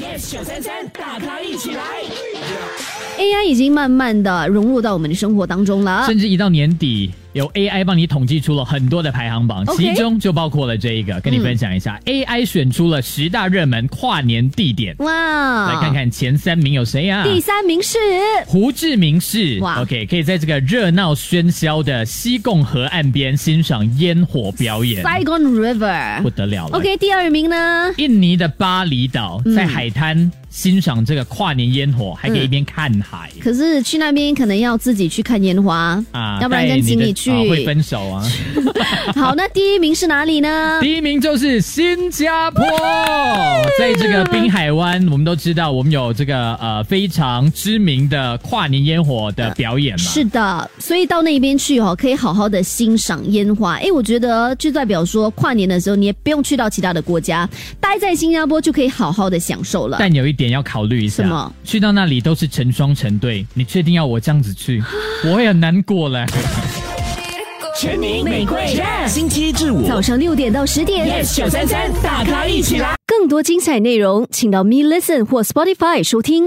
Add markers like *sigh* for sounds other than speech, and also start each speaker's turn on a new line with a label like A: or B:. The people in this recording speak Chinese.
A: yes 九三三，大咖一起来。
B: AI 已经慢慢的融入到我们的生活当中了。
C: 甚至一到年底，有 AI 帮你统计出了很多的排行榜
B: OK
C: 其中就包括了这一个，跟你分享一下、a i 选出了十大热门跨年地点，
B: 哇，
C: 来看看前三名有谁啊？
B: 第三名是
C: 胡志明市
B: 哇
C: ，OK，可以在这个热闹喧嚣的西贡河岸边欣赏烟火
B: *laughs*
C: 表演，
B: Saigon
C: 不
B: River。
C: 得了了。
B: OK，第二名呢？
C: 印尼的巴厘岛，在海滩欣赏这个跨年烟火，还可以一边看海、
B: 可是去那边可能要自己去看烟花
C: 啊，
B: 要不然
C: 带
B: 跟
C: 你
B: 经
C: 的
B: 理去。
C: 哦会分手啊。
B: *laughs* 好，那第一名是哪里呢？
C: 第一名就是新加坡，在这个滨海湾，我们都知道，我们有这个呃非常知名的跨年烟火的表演
B: *laughs*
C: 嘛。
B: 是的，所以到那边去哦，可以好好的欣赏烟花。诶，我觉得就代表说，跨年的时候你也不用去到其他的国家，待在新加坡就可以好好的享受了。
C: 但有一点要考虑一下，
B: 什么
C: 去到那里都是成双成对，你确定要我这样
B: *laughs*
C: 子去，我会很难过嘞。
A: 全民玫瑰 yes
D: 星期一至五
B: 早上六点到十点
A: yes 九三三，大咖一起来。
B: 更多精彩内容，请到 Me Listen 或 Spotify 收听。